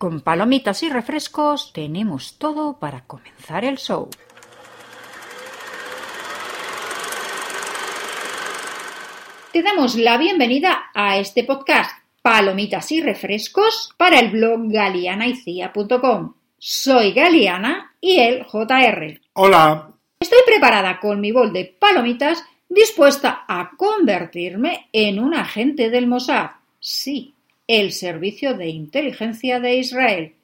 Con palomitas y refrescos tenemos todo para comenzar el show. Te damos la bienvenida a este podcast Palomitas y refrescos para el blog galianaycia.com. Soy Galiana y el JR. Hola, Estoy preparada con mi bol de palomitas dispuesta a convertirme en un agente del Mossad, sí, el servicio de inteligencia de Israel,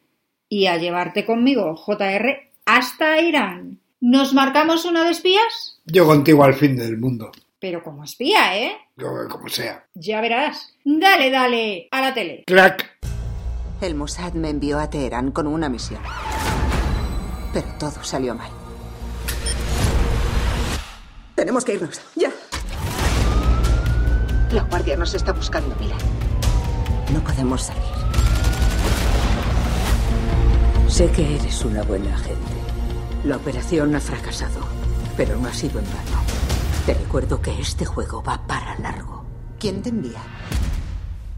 y a llevarte conmigo, JR, hasta Irán. ¿Nos marcamos una de espías? yo contigo al fin del mundo, Pero como espía, ¿eh? yo, como sea. Ya verás. Dale, dale, a la tele. Crack, El Mossad me envió a Teherán con una misión. Pero todo salió mal. Tenemos que irnos, ya. La guardia nos está buscando, Mila. No podemos salir. Sé que eres una buena agente. La operación ha fracasado, pero no ha sido en vano. Te recuerdo que este juego va para largo. ¿Quién te envía?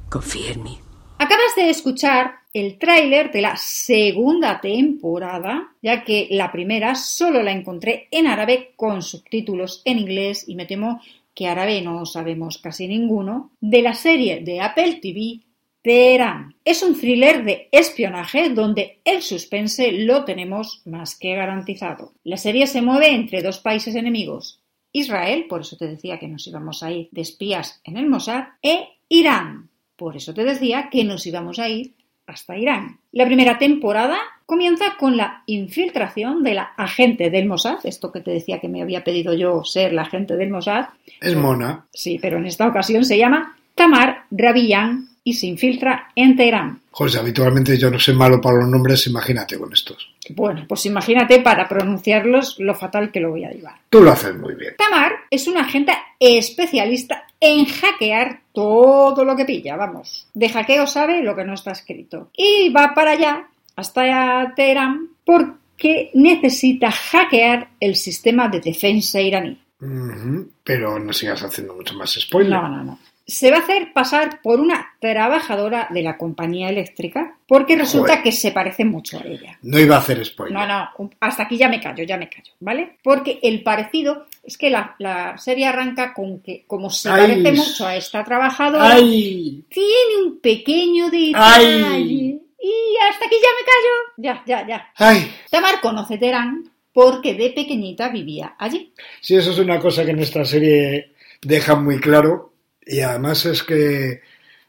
Confía en mí. Acabas de escuchar el tráiler de la segunda temporada, ya que la primera solo la encontré en árabe con subtítulos en inglés y me temo que árabe no sabemos casi ninguno, de la serie de Apple TV Teherán. Es un thriller de espionaje donde el suspense lo tenemos más que garantizado. La serie se mueve entre dos países enemigos, Israel, por eso te decía que nos íbamos a ir de espías en el Mossad, e Irán, por eso te decía que nos íbamos a ir hasta Irán. La primera temporada comienza con la infiltración de la agente del Mossad, esto que te decía que me había pedido yo ser la agente del Mossad, es mona. sí, pero en esta ocasión se llama Tamar Rabiyan y se infiltra en Teherán. José, habitualmente yo no soy malo para los nombres, imagínate con estos. Bueno, pues imagínate para pronunciarlos lo fatal que lo voy a llevar. Tú lo haces muy bien. Tamar es una agente especialista en hackear todo lo que pilla, vamos. De hackeo sabe lo que no está escrito. Y va para allá, hasta Teherán, porque necesita hackear el sistema de defensa iraní. Ujú, Pero no sigas haciendo mucho más spoiler. No, no, no. Se va a hacer pasar por una trabajadora de la compañía eléctrica porque resulta Joder. que se parece mucho a ella. No iba a hacer spoiler. No, no, un- hasta aquí ya me callo, ya me callo, ¿vale? Porque el parecido es que la, la serie arranca con que, como se Ay. parece mucho a esta trabajadora, ¡Ay! tiene un pequeño detalle. Ay. Y hasta aquí ya me callo. Ya, ya, ya. ¡Ay! Tamar conoce Terán porque de pequeñita vivía allí. Sí, eso es una cosa que en esta serie deja muy claro. Y además es que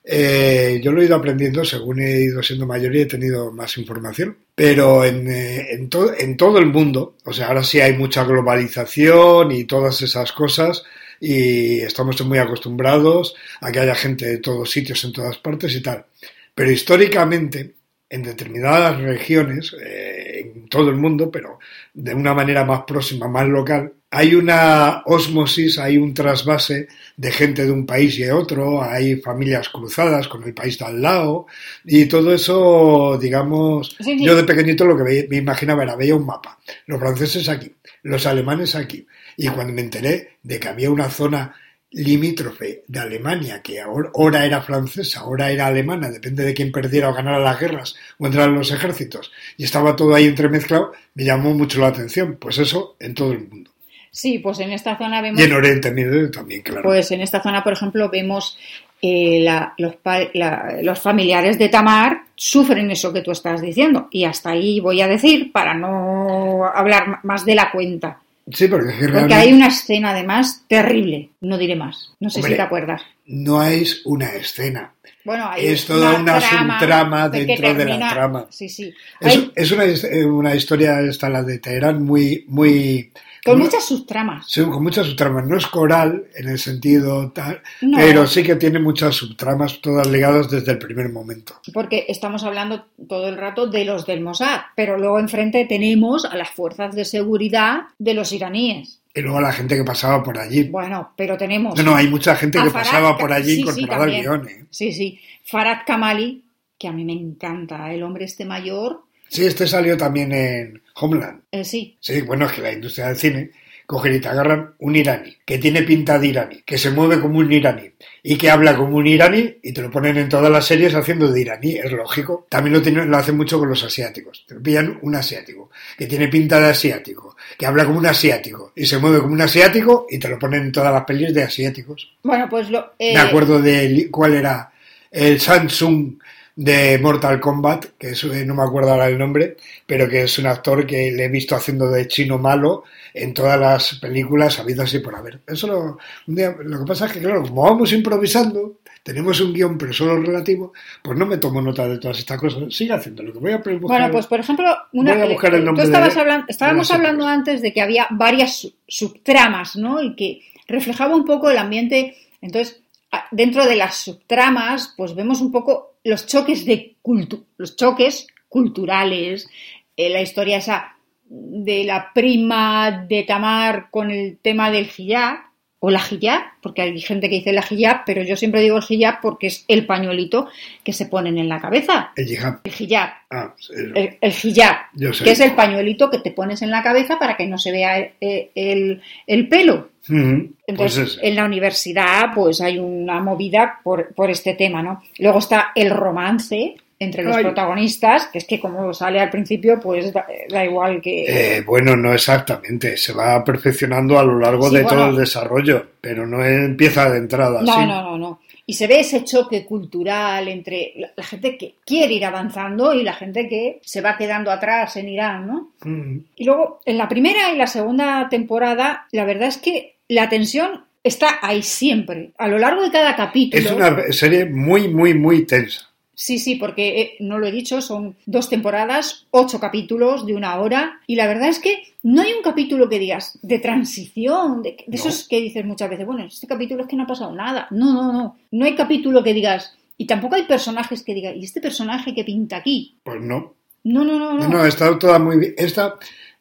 eh, yo lo he ido aprendiendo según he ido siendo mayor y he tenido más información. Pero en, eh, en, to- en todo el mundo, o sea, ahora sí hay mucha globalización y todas esas cosas. Y estamos muy acostumbrados a que haya gente de todos sitios, en todas partes y tal. Pero históricamente, en determinadas regiones, eh, en todo el mundo, pero de una manera más próxima, más local, hay una osmosis, hay un trasvase de gente de un país y de otro, hay familias cruzadas con el país de al lado, y todo eso, digamos, Sí, sí. yo de pequeñito lo que ve- me imaginaba era, veía un mapa, los franceses aquí, los alemanes aquí, y cuando me enteré de que había una zona limítrofe de Alemania, que ahor- ahora era francesa, ahora era alemana, depende de quién perdiera o ganara las guerras o entraran los ejércitos, y estaba todo ahí entremezclado, me llamó mucho la atención. Pues eso en todo el mundo. Sí, pues en esta zona vemos Y en Oriente Medio también, claro. Pues en esta zona, por ejemplo, vemos eh, la- los, pa- la- los familiares de Tamar sufren eso que tú estás diciendo. Y hasta ahí voy a decir para no hablar m- más de la cuenta. sí, porque, es que Porque realmente hay una escena además terrible. No diré más. No sé Hombre. si te acuerdas. no es una escena. Bueno, hay Es toda una subtrama de que dentro de la termina- trama. Sí, sí. Es, Hay- es una, his- eh, una historia, esta la de Teherán, muy, muy Con muchas subtramas. Sí, con muchas subtramas. No es coral en el sentido tal, No. pero sí que tiene muchas subtramas, todas ligadas desde el primer momento. Porque estamos hablando todo el rato de los del Mossad, pero luego enfrente tenemos a las fuerzas de seguridad de los iraníes. Y luego la gente que pasaba por allí. Bueno, pero tenemos. No, no, hay mucha gente a que Farah pasaba Ka- por sí, allí sí, incorporada al también. guión. ¿eh? Sí, sí. Farad Kamali, que a mí me encanta, el hombre este mayor. Sí, este salió también en Homeland. eh, sí, Sí, bueno, es que la industria del cine cogen y te agarran un iraní, que tiene pinta de iraní, que se mueve como un iraní y que habla como un iraní y te lo ponen en todas las series haciendo de iraní, es lógico. También lo, tienen, lo hacen mucho con los asiáticos. Te pillan un asiático, que tiene pinta de asiático, que habla como un asiático y se mueve como un asiático y te lo ponen en todas las pelis de asiáticos. bueno, pues lo. eh, Me acuerdo de li- cuál era el Samsung de Mortal Kombat, que es- eh, no me acuerdo ahora el nombre, pero que es un actor que le he visto haciendo de chino malo en todas las películas habidas y por haber. Eso lo, un día- lo que pasa es que, claro, como vamos improvisando, tenemos un guión pero solo relativo, pues no me tomo nota de todas estas cosas. Sigue haciendo lo que voy a buscar. Bueno, pues por ejemplo, una, voy a buscar el tú nombre estabas de- hablan- estábamos de la hablando antes de que había varias su- subtramas, ¿no? Y que reflejaba un poco el ambiente. Entonces, a- dentro de las subtramas, pues vemos un poco los choques de cultu- los choques culturales, eh, la historia esa de la prima de Tamar con el tema del hijab o la hijab, porque hay gente que dice la hijab, pero yo siempre digo el hijab porque es el pañuelito que se ponen en la cabeza, El Jihad. el hijab Ah, sí, el, el hijab, Yo sé. Eh, que es el pañuelito que te pones en la cabeza para que no se vea eh, el, el pelo. Ujú, pues Entonces, ese. en la universidad, pues hay una movida por, por este tema, ¿no? Luego está el romance entre los Ay. protagonistas, que es que como sale al principio, pues da, da igual que... Eh, bueno, no exactamente. Se va perfeccionando a lo largo Sí, de bueno. todo el desarrollo, pero no empieza de entrada. no, sí. no, no, no. Y se ve ese choque cultural entre la, la gente que quiere ir avanzando y la gente que se va quedando atrás en Irán, ¿no? Mm, Y luego, en la primera y la segunda temporada, la verdad es que la tensión está ahí siempre, a lo largo de cada capítulo. Es una serie muy, muy, muy tensa. Sí, sí, porque eh, no lo he dicho, son dos temporadas, ocho capítulos de una hora, y la verdad es que no hay un capítulo que digas de transición, de, de No. esos que dices muchas veces, bueno, este capítulo es que no ha pasado nada. No, no, no. No hay capítulo que digas, y tampoco hay personajes que digas, ¿y este personaje que pinta aquí? Pues no. No, no, no, no. No, está toda muy bien. Esta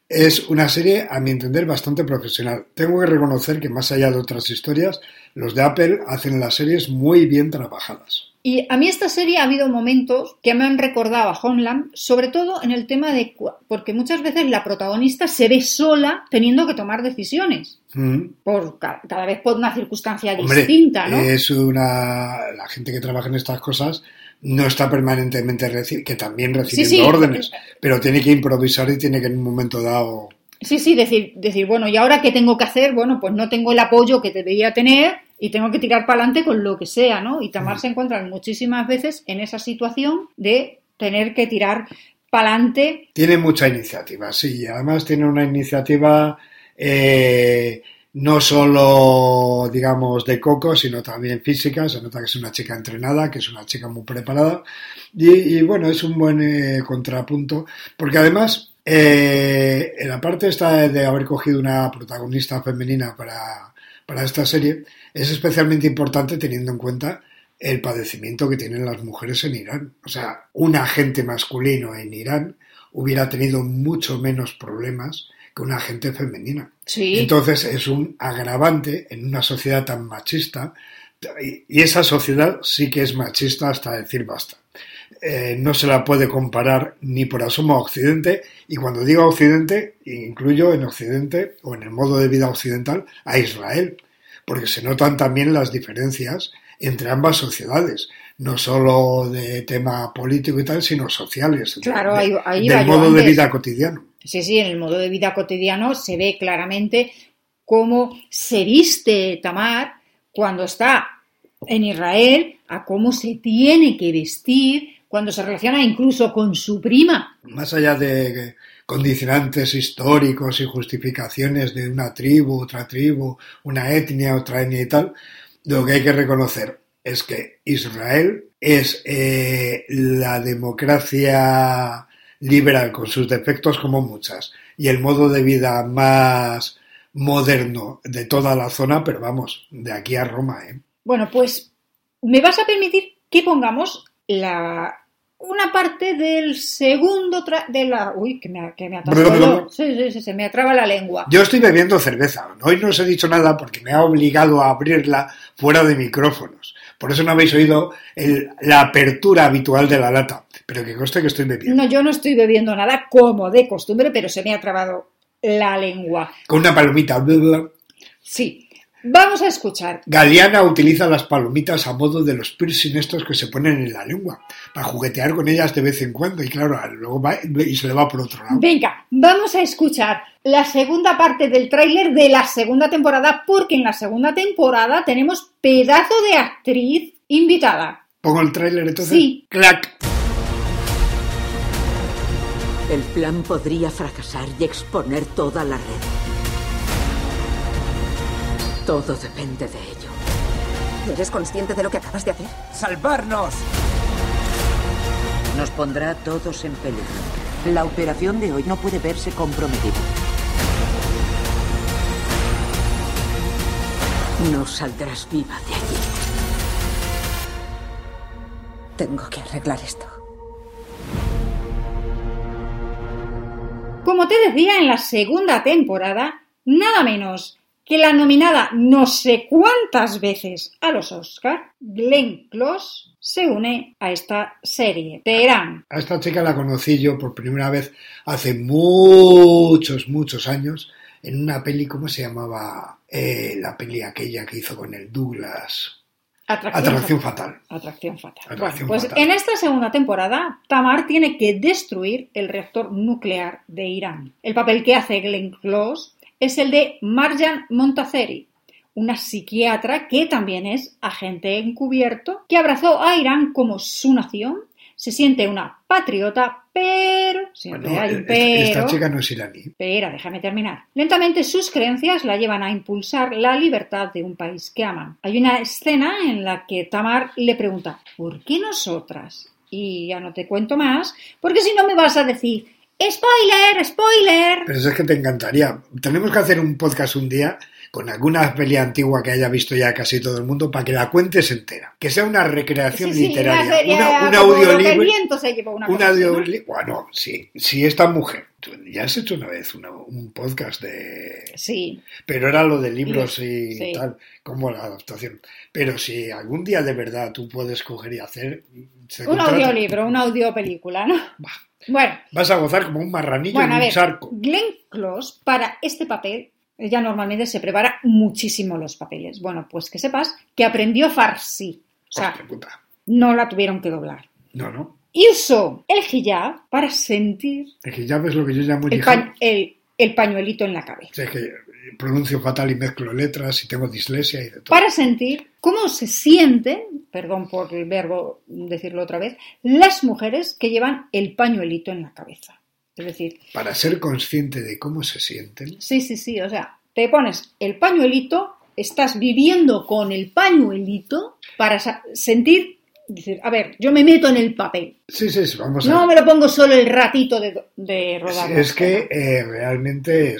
es una serie, a mi entender, bastante profesional. Tengo que reconocer que, más allá de otras historias, los de Apple hacen las series muy bien trabajadas. Y a mí esta serie ha habido momentos que me han recordado a Homeland, sobre todo en el tema de... cua- porque muchas veces la protagonista se ve sola teniendo que tomar decisiones, Mm. por ca- cada, vez por una circunstancia Hombre, eh, distinta, ¿no? es una... La gente que trabaja en estas cosas no está permanentemente reci- que también recibiendo sí. órdenes, pero tiene que improvisar y tiene que en un momento dado... Sí, sí, decir, decir, bueno, ¿y ahora qué tengo que hacer? Bueno, pues no tengo el apoyo que debería tener y tengo que tirar para adelante con lo que sea, ¿no? Y Tamar Mm. se encuentra muchísimas veces en esa situación de tener que tirar para adelante Tiene mucha iniciativa, sí, y además tiene una iniciativa eh, no solo, digamos, de coco, sino también física. Se nota que es una chica entrenada, que es una chica muy preparada. Y, y, bueno, es un buen eh, contrapunto, porque además, eh, en la parte esta de haber cogido una protagonista femenina para, para esta serie, es especialmente importante teniendo en cuenta el padecimiento que tienen las mujeres en Irán. O sea, un agente masculino en Irán hubiera tenido mucho menos problemas que una agente femenina. Sí. Entonces es un agravante en una sociedad tan machista y y esa sociedad sí que es machista hasta decir basta. Eh, no se la puede comparar ni por asomo a Occidente y cuando digo Occidente incluyo en Occidente o en el modo de vida occidental a Israel porque se notan también las diferencias entre ambas sociedades, no solo de tema político y tal, sino sociales, de- Claro, de- ahí- ahí iba del yo modo de antes. vida cotidiano. Sí, sí, en el modo de vida cotidiano se ve claramente cómo se viste Tamar cuando está en Israel, a cómo se tiene que vestir, cuando se relaciona incluso con su prima. más allá de condicionantes históricos y justificaciones de una tribu, otra tribu, una etnia, otra etnia y tal, lo que hay que reconocer es que Israel es eh, la democracia liberal con sus defectos como muchas y el modo de vida más moderno de toda la zona, pero vamos, de aquí a Roma. ¿eh? Bueno, pues me vas a permitir que pongamos la una parte del segundo tra de la uy que me, que me atasco Bla, bla, bla. sí, sí, sí, se me atraba la lengua Yo estoy bebiendo cerveza. Hoy no os he dicho nada porque me ha obligado a abrirla fuera de micrófonos. Por eso no habéis oído el- la apertura habitual de la lata. Pero que conste que estoy bebiendo. no yo no estoy bebiendo nada como de costumbre pero se me ha trabado la lengua Con una palomita. bla, bla, bla. sí vamos a escuchar Galeana utiliza las palomitas a modo de los piercing estos que se ponen en la lengua para juguetear con ellas de vez en cuando y claro, luego va y se le va por otro lado. venga vamos a escuchar la segunda parte del tráiler de la segunda temporada porque en la segunda temporada tenemos pedazo de actriz invitada ¿Pongo el tráiler entonces? Sí. ¡Clac! El plan podría fracasar y exponer toda la red. Todo depende de ello. ¿Eres consciente de lo que acabas de hacer? ¡Salvarnos! Nos pondrá a todos en peligro. La operación de hoy no puede verse comprometida. No saldrás viva de allí. Tengo que arreglar esto. Como te decía en la segunda temporada, nada menos que la nominada no sé cuántas veces a los Oscar, Glenn Close, se une a esta serie. Teherán. A esta chica la conocí yo por primera vez hace muchos, muchos años en una peli, ¿cómo se llamaba? Eh, la peli aquella que hizo con el Douglas. Atracción fatal. Atracción fatal. Atracción Bueno, pues fatal. en esta segunda temporada, Tamar tiene que destruir el reactor nuclear de Irán. El papel que hace Glenn Close es el de Marjan Montazeri, una psiquiatra que también es agente encubierto, que abrazó a Irán como su nación, se siente una patriota, pero... Siempre Bueno, hay e- un e- pero... esta chica no es iraní. Espera, déjame terminar. Lentamente sus creencias la llevan a impulsar la libertad de un país que aman. Hay una escena en la que Tamar le pregunta, ¿por qué nosotras? Y ya no te cuento más, porque si no me vas a decir, spoiler, spoiler. Pero eso es que te encantaría. Tenemos que hacer un podcast un día con alguna peli antigua que haya visto ya casi todo el mundo para que la cuentes entera. Que sea una recreación Sí, sí, literaria. una serie una, un como lo audiolibro- que el viento se llevó, una un cosa así, ¿no? audiolibro- Bueno, sí. Si esta mujer. tú Ya has hecho una vez una- un podcast de. Sí, Pero era lo de libros y Sí. tal, como la adaptación. Pero si algún día de verdad tú puedes coger y hacer. se un contrata. audiolibro, una audiopelícula, ¿no? Bueno, Vas a gozar como un marranillo Bueno, a en un ver, charco. Glenn Close, para este papel, ella normalmente se prepara muchísimo los papeles. Bueno, pues que sepas que aprendió farsi. O sea, Hostia puta. no la tuvieron que doblar. No, no. Y usó el hijab para sentir Es que ya ves lo que yo llamo el, yihad. pa- el- el pañuelito en la cabeza. O sea, que pronuncio fatal y mezclo letras y tengo dislesia y de todo. Para sentir cómo se sienten, perdón por el verbo decirlo otra vez, las mujeres que llevan el pañuelito en la cabeza. Es decir, Para ser consciente de cómo se sienten. Sí, sí, sí, o sea, te pones el pañuelito, estás viviendo con el pañuelito para sa- sentir, decir, a ver, yo me meto en el papel, Sí, sí, sí, vamos a no ver. me lo pongo solo el ratito de, de Es- rodar. Es que eh, realmente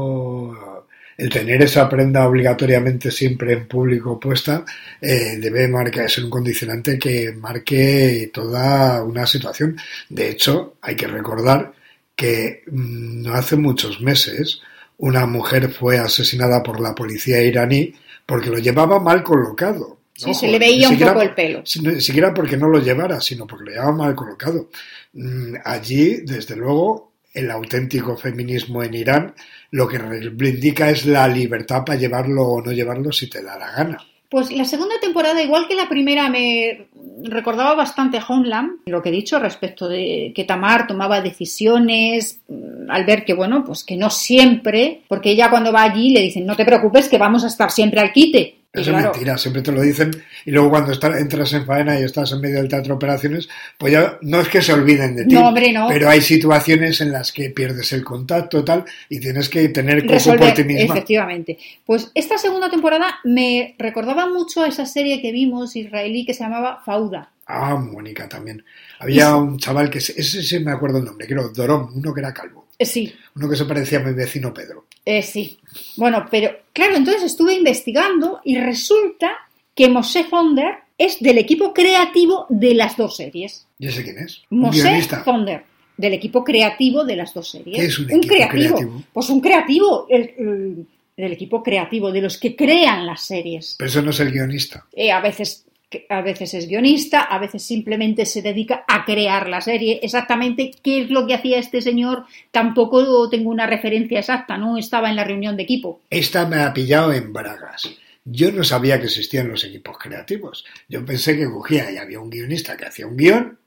eso, el tener esa prenda obligatoriamente siempre en público puesta, eh, debe marcar, ser un condicionante que marque toda una situación. De hecho, hay que recordar que mm, no hace muchos meses una mujer fue asesinada por la policía iraní porque lo llevaba mal colocado. Sí, se le veía un poco el pelo. Si- Ni siquiera porque no lo llevara, sino porque lo llevaba mal colocado. Mm, Allí, desde luego, el auténtico feminismo en Irán lo que reivindica es la libertad para llevarlo o no llevarlo si te da la gana. Pues la segunda temporada, igual que la primera, me recordaba bastante Homeland, lo que he dicho respecto de que Tamar tomaba decisiones mm, al ver que, bueno, pues que no siempre, porque ella cuando va allí le dicen, no te preocupes que vamos a estar siempre al quite. Y Eso claro, es mentira, siempre te lo dicen. Y luego cuando está- entras en faena y estás en medio del teatro de operaciones, pues ya no es que se olviden de ti. No, hombre, no. Pero hay situaciones en las que pierdes el contacto tal y tienes que tener coco resolver, por ti misma. efectivamente. Pues esta segunda temporada me recordaba mucho a esa serie que vimos israelí que se llamaba Fauda. Ah, Mónica también. Había un chaval que, se- ese sí me acuerdo el nombre, creo, Dorón, uno que era calvo. Eh, Sí, Uno que se parecía a mi vecino Pedro. Eh, sí. Bueno, pero claro, entonces estuve investigando y resulta que Mosé Fonder es del equipo creativo de las dos series. Ya sé quién es. Un Mosé guionista. Fonder, del equipo creativo de las dos series. ¿Qué es un equipo creativo? Pues un creativo, el- el- del equipo creativo, de los que crean las series. Pero eso no es el guionista. Eh, a veces a veces es guionista, a veces simplemente se dedica a crear la serie. Exactamente qué es lo que hacía este señor, tampoco tengo una referencia exacta, no estaba en la reunión de equipo. Esta me ha pillado en Bragas. Yo no sabía que existían los equipos creativos. Yo pensé que cogía y había un guionista que hacía un guión,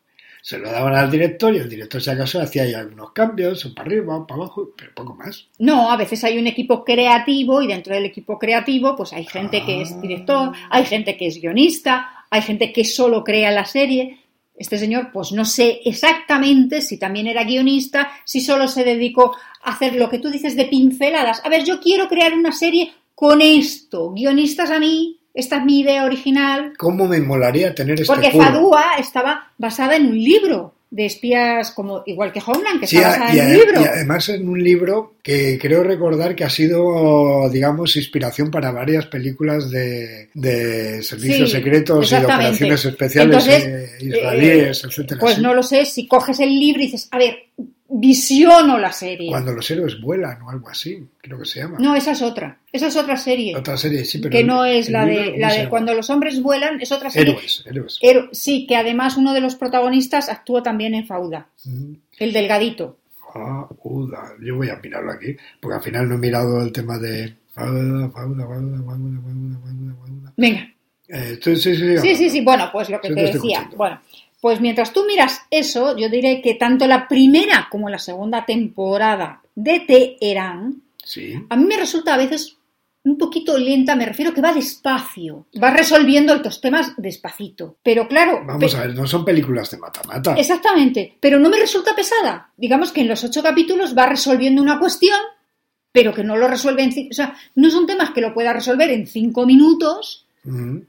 se lo daban al director y el director, si acaso, hacía ahí algunos cambios, un para arriba, un para abajo, pero poco más. No, a veces hay un equipo creativo y dentro del equipo creativo pues hay gente que Ah. es director, hay gente que es guionista, hay gente que solo crea la serie. Este señor pues no sé exactamente si también era guionista, si solo se dedicó a hacer lo que tú dices de pinceladas. A ver, yo quiero crear una serie con esto. Guionistas a mí, esta es mi idea original. ¿Cómo me molaría tener este Porque curro? Fadúa estaba basada en un libro de espías como igual que Homeland, que Sí, está a- basada y, en a- un libro. y además en un libro que creo recordar que ha sido, digamos, inspiración para varias películas de, de servicios Sí, secretos y de exactamente. operaciones especiales Entonces, eh, israelíes, eh, etcétera. Pues Sí. no lo sé, si coges el libro y dices, a ver, visiono la serie. Cuando los héroes vuelan o algo así, creo que se llama. No, esa es otra. Esa es otra serie. Otra serie, sí, pero que el- no es el la libro, de, ¿cómo la se de llama? cuando los hombres vuelan, es otra serie. Héroes, héroes. Héroe- sí, que además uno de los protagonistas actuó también en Fauda, Mm. el delgadito. Ah, uda. Yo voy a mirarlo aquí, porque al final no he mirado el tema de. Fauda, fauda, fauda, fauda, fauda, fauda, fauda. Venga, Eh, estoy- sí, sí, Sí, sí, sí. Bueno, pues lo que Yo te te estoy decía. escuchando. Bueno, pues mientras tú miras eso, yo diré que tanto la primera como la segunda temporada de Teherán, Sí. a mí me resulta a veces un poquito lenta, me refiero que va despacio, va resolviendo estos temas despacito. Pero claro, Vamos pe- a ver, no son películas de mata-mata. exactamente, pero no me resulta pesada. Digamos que en los ocho capítulos va resolviendo una cuestión, pero que no lo resuelve en... ci- O sea, no son temas que lo pueda resolver en cinco minutos, Mm.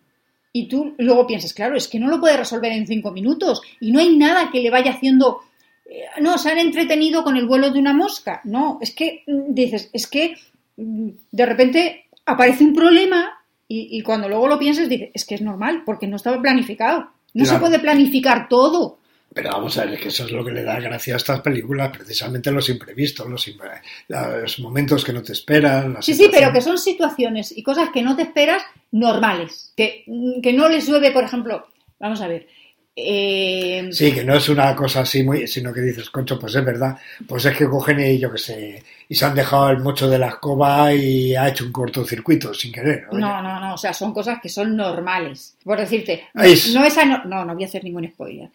y tú luego piensas, claro, es que no lo puede resolver en cinco minutos y no hay nada que le vaya haciendo. eh, No, se han entretenido con el vuelo de una mosca. No, es que mm, dices, es que mm, de repente aparece un problema y, y cuando luego lo piensas dices, es que es normal porque no estaba planificado. No se Claro. puede planificar todo. Pero vamos a ver, que eso es lo que le da gracia a estas películas, precisamente los imprevistos, los, impre- los momentos que no te esperan. las Sí, sí, pero que situaciones- son situaciones y cosas que no te esperas normales. Que, mm, que no les llueve, por ejemplo, vamos a ver. eh, Sí, que no es una cosa así, muy, sino que dices, concho, pues es verdad, pues es que cogen y yo que sé, y se han dejado el mocho de la escoba y ha hecho un cortocircuito sin querer. oye. No, no, no, o sea, son cosas que son normales. Por decirte, Ahí es. no es ano- no, no voy a hacer ningún spoiler.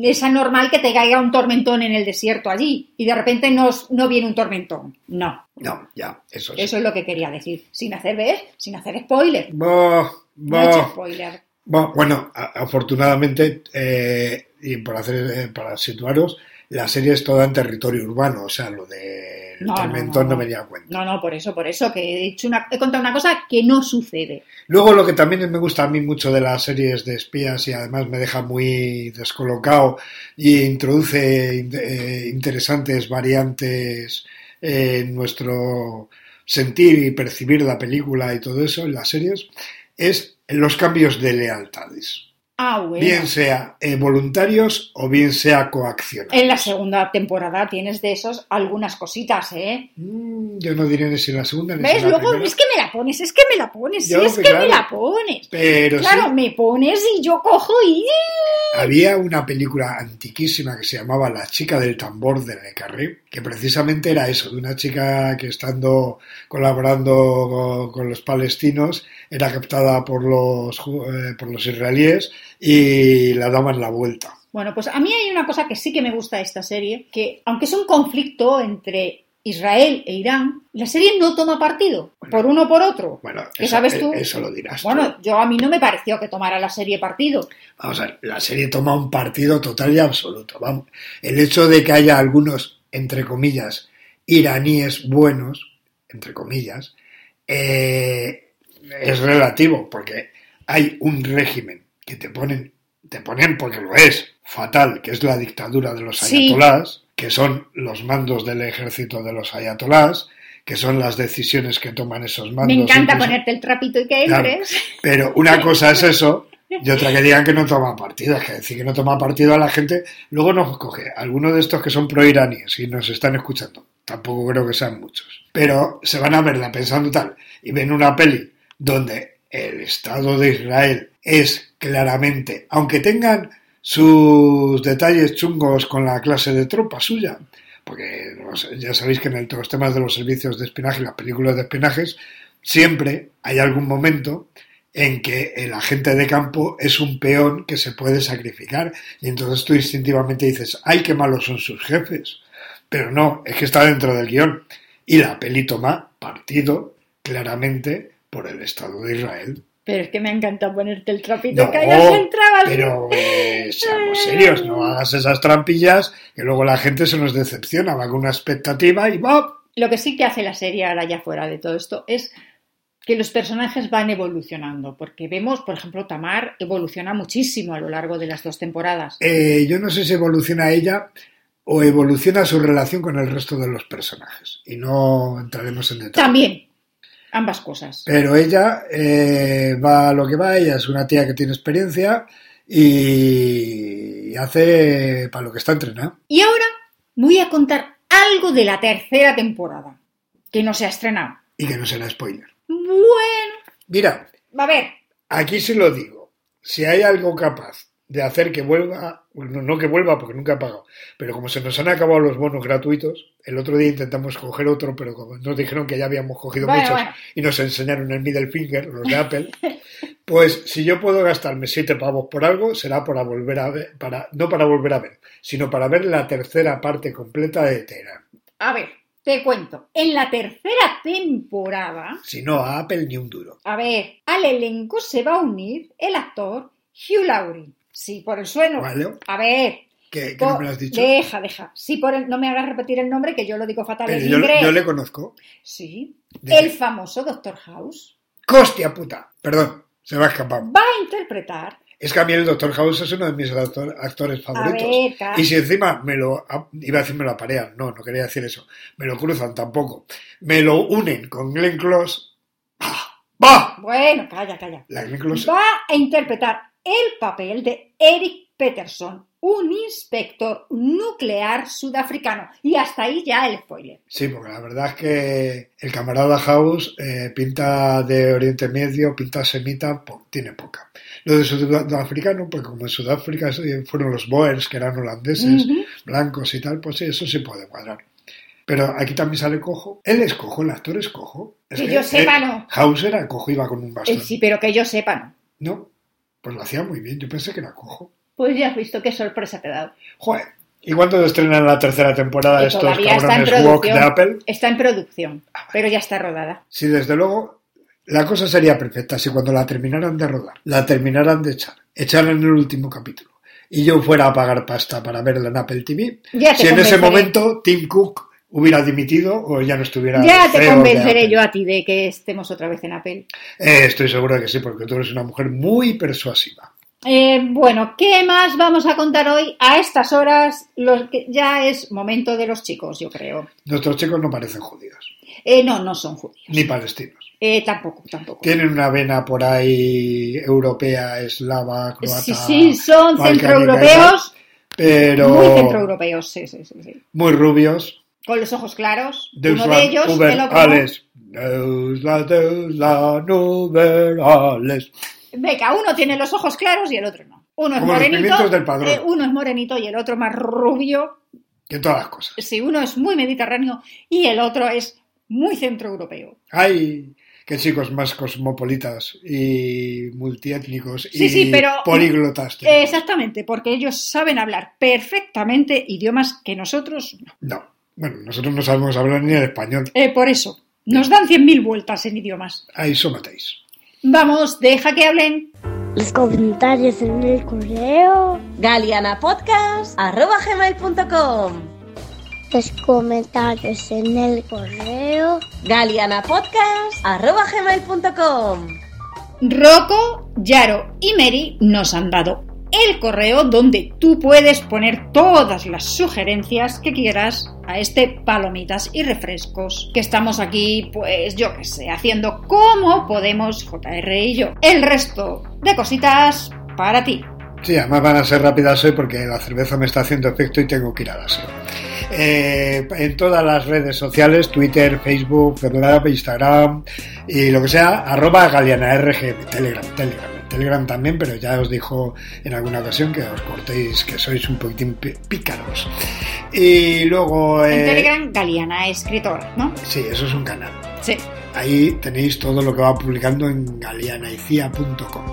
Es anormal que te caiga un tormentón en el desierto allí y de repente no, os- no viene un tormentón. No, No, ya, eso sí. eso es lo que quería decir. Sin hacer ver, sin hacer spoiler. Boh, No he hecho boh. spoiler. Bueno, bueno, a- afortunadamente, eh, y para, hacer, eh, para situaros, la serie es toda en territorio urbano, o sea, lo de No, no, tormentón no, no, no. venía a cuenta. No, no, por eso, por eso, que he, dicho una, he contado una cosa que no sucede. Luego lo que también me gusta a mí mucho de las series de espías y además me deja muy descolocado y introduce in- eh, interesantes variantes eh, en nuestro sentir y percibir la película y todo eso en las series, es los cambios de lealtades. Ah, bueno. Bien sea eh, voluntarios o bien sea coaccionados. En la segunda temporada tienes de esos algunas cositas, ¿eh? Mm, yo no diré ni si en la segunda ni si ¿Ves? Pues en la Luego, primera, es que me la pones, es que me la pones, sí, Yo, es que claro. me la pones. Pero Claro, sí, me pones y yo cojo y... había una película antiquísima que se llamaba La chica del tambor de Le Carré, que precisamente era eso, de una chica que estando colaborando con los palestinos era captada por los, ju- eh, por los israelíes y la daban la vuelta. Bueno, pues a mí hay una cosa que sí que me gusta de esta serie, que aunque es un conflicto entre Israel e Irán, la serie no toma partido por uno o por otro. Bueno, ¿Qué eso, sabes tú? eh, eso lo dirás. tú. Bueno, yo a mí no me pareció que tomara la serie partido. Vamos a ver, la serie toma un partido total y absoluto. Vamos, el hecho de que haya algunos, entre comillas, iraníes buenos, entre comillas, eh, es relativo, porque hay un régimen que te ponen, te ponen porque lo es, fatal, que es la dictadura de los Sí. ayatolás, que son los mandos del ejército de los ayatolás, que son las decisiones que toman esos mandos. Me encanta incluso- ponerte el trapito y que Claro, entres. pero una cosa es eso y otra que digan que no toma partido. Es que decir que no toma partido a la gente, luego nos coge algunos de estos que son proiraníes y nos están escuchando. Tampoco creo que sean muchos. Pero se van a verla pensando tal y ven una peli donde el Estado de Israel es claramente, aunque tengan sus detalles chungos con la clase de tropa suya, porque no sé, ya sabéis que en el- los temas de los servicios de espionaje y las películas de espionajes siempre hay algún momento en que el agente de campo es un peón que se puede sacrificar y entonces tú instintivamente dices, ay, qué malos son sus jefes. Pero no, es que está dentro del guión. Y la peli toma partido claramente por el Estado de Israel. Pero es que me encanta ponerte el trapito No, que hayas entrado. pero eh, seamos serios, no hagas esas trampillas que luego la gente se nos decepciona, va con una expectativa y ¡bop! Lo que sí que hace la serie ahora ya fuera de todo esto es que los personajes van evolucionando, porque vemos, por ejemplo, Tamar evoluciona muchísimo a lo largo de las dos temporadas. Eh, yo no sé si evoluciona ella o evoluciona su relación con el resto de los personajes. Y no entraremos en detalle. También, ambas cosas. Pero ella eh, va a lo que va, ella es una tía que tiene experiencia y hace para lo que está entrenada. Y ahora voy a contar algo de la tercera temporada, que no se ha estrenado. Y que no será spoiler. Bueno, Mira, a ver, aquí sí lo digo. Si hay algo capaz de hacer que vuelva, bueno, no que vuelva porque nunca ha pagado, pero como se nos han acabado los bonos gratuitos, el otro día intentamos coger otro, pero como nos dijeron que ya habíamos cogido Bueno, muchos bueno. y nos enseñaron el middle finger, los de Apple, pues si yo puedo gastarme siete pavos por algo, será para volver a ver, para, no para volver a ver, sino para ver la tercera parte completa de Tera. a ver, te cuento. En la tercera temporada, Si no, a Apple ni un duro. a ver, al elenco se va a unir el actor Hugh Laurie. Sí, por el sueno. Vale. A ver, Eh, Que, que no me lo has dicho. Deja, deja. Sí, por el- no me hagas repetir el nombre, que yo lo digo fatal Pero en yo, inglés. yo le conozco. Sí. De- El famoso Doctor House ¡Hostia puta! Perdón, se me ha escapado. va a interpretar. Es que a mí el Doctor House es uno de mis actor- actores favoritos. ver, claro. y si encima me lo. a- Iba a decir me lo aparean, no, no quería decir eso. Me lo cruzan tampoco. Me lo unen con Glenn Close. ¡Ah! ¡Va! Bueno, calla, calla. La Glenn Close. Va a interpretar el papel de Eric Peterson, un inspector nuclear sudafricano. Y hasta ahí ya el spoiler. Sí, porque la verdad es que el camarada House eh, pinta de Oriente Medio, pinta semita, po- tiene poca. Lo de sudafricano, pues como en Sudáfrica eh, fueron los Boers, que eran holandeses, Ujú. blancos y tal, pues sí, eso sí puede cuadrar. Pero aquí también sale cojo. Él es cojo, el actor es cojo. Es Que yo sepa, no. House era cojo, iba con un bastón. Eh, sí, pero que yo sepa, no. No, pues lo hacía muy bien. Yo pensé que era cojo. Pues ya has visto qué sorpresa te he dado. Joder. ¿Y cuándo estrenan la tercera temporada Que de estos todavía está en cabrones Walk de producción. Apple? Está en producción, Ah, pero ya está rodada. Sí, desde luego, la cosa sería perfecta si cuando la terminaran de rodar, la terminaran de echar, echaran el último capítulo y yo fuera a pagar pasta para verla en Apple TV, Ya te si en convenceré. ese momento Tim Cook hubiera dimitido o ya no estuviera. Ya te CEO de convenceré Apple. yo a ti de que estemos otra vez en Apple. Eh, estoy seguro de que sí, porque tú eres una mujer muy persuasiva. Eh, bueno, ¿qué más vamos a contar hoy? A estas horas los que ya es momento de los chicos, yo creo. Nuestros chicos no parecen judíos, Eh, no, no son judíos. ni palestinos. Eh, tampoco, tampoco. Tienen una vena por ahí europea, eslava, croata. Sí, sí, son balcánica y centroeuropeos, tal, Pero muy centroeuropeos, sí, sí, sí, sí. muy rubios. Con los ojos claros, uno Deutschland, de ellos, über el otro. no. alles. Deutschland, Deutschland, über alles. Venga, uno tiene los ojos claros y el otro no. Uno es Como los morenito, pimientos del padrón. eh, uno es morenito y el otro más rubio. Y en todas las cosas. Sí, uno es muy mediterráneo y el otro es muy centroeuropeo. ¡Ay! Qué chicos más cosmopolitas y multiétnicos y Sí, sí, pero- políglotas. Eh, Exactamente, porque ellos saben hablar perfectamente idiomas que nosotros no. No. Bueno, nosotros no sabemos hablar ni el español. Eh, por eso, nos dan 100.000 vueltas en idiomas. Ahí somatéis. Vamos, deja que hablen. los comentarios en el correo, galianapodcast.com los comentarios en el correo. galianapodcast.com Rocco, Yaro y Mary nos han dado el correo donde tú puedes poner todas las sugerencias que quieras a este palomitas y refrescos que estamos aquí pues yo que sé haciendo como podemos JR y yo el resto de cositas para ti Sí, además van a ser rápidas hoy porque la cerveza me está haciendo efecto y tengo que ir a la SEO. Eh, en todas las redes sociales, Twitter, Facebook, WhatsApp, Instagram y lo que sea, arroba galiana RGM, Telegram, Telegram. en Telegram también, pero ya os dijo en alguna ocasión que os cortéis, que sois un poquitín pi- pícaros. Y luego... en eh, Telegram Galiana escritora ¿no? Sí, eso es un canal. sí Ahí tenéis todo lo que va publicando en galianaicia.com.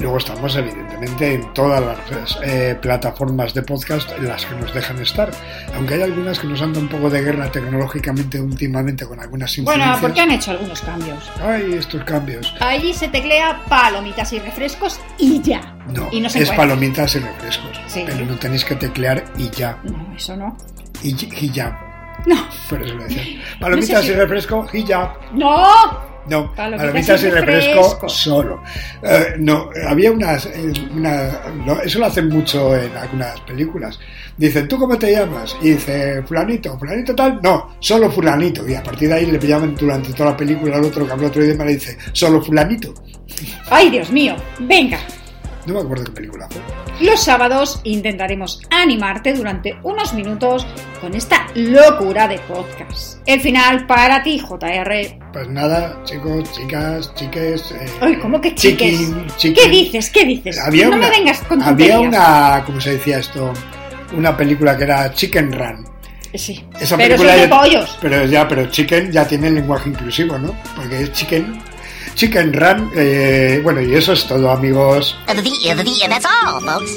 Luego estamos, evidentemente, en todas las eh, plataformas de podcast en las que nos dejan estar. Aunque hay algunas que nos andan un poco de guerra tecnológicamente últimamente con algunas bueno influencias. porque han hecho algunos cambios Ay, estos cambios. allí se teclea palomitas y refrescos y ya No, y no se es encuentra. palomitas y refrescos. Sí. Pero no tenéis que teclear y ya. no eso no Y, y ya. no Por eso lo decía. Palomitas si- y refresco y ya. no No, Palomitas palomitas y y refresco refresco. solo. Eh, no, había unas. eh, una- no, eso lo hacen mucho en algunas películas. Dicen, ¿tú cómo te llamas? Y dice, Fulanito, Fulanito tal. No, solo Fulanito. Y a partir de ahí le pillaban durante toda la película al otro que habló otro idioma y le dice, solo Fulanito. ay Dios mío venga No me acuerdo qué película fue. Los sábados intentaremos animarte durante unos minutos con esta locura de podcast. El final para ti, JR. Pues nada, chicos, chicas, chiques. eh, Ay, ¿cómo que chiques? chiquín, chiquín. ¿Qué dices? ¿Qué dices? Había no una, me vengas con Había tonterías. una, ¿cómo se decía esto? Una película que era Chicken Run. Sí. Esa Pero película son de ya- pollos. Pero ya, pero Chicken ya tiene lenguaje inclusivo, ¿no? Porque es Chicken. Chicken Run. eh, bueno, y eso es todo, amigos. The, the, that's all, folks.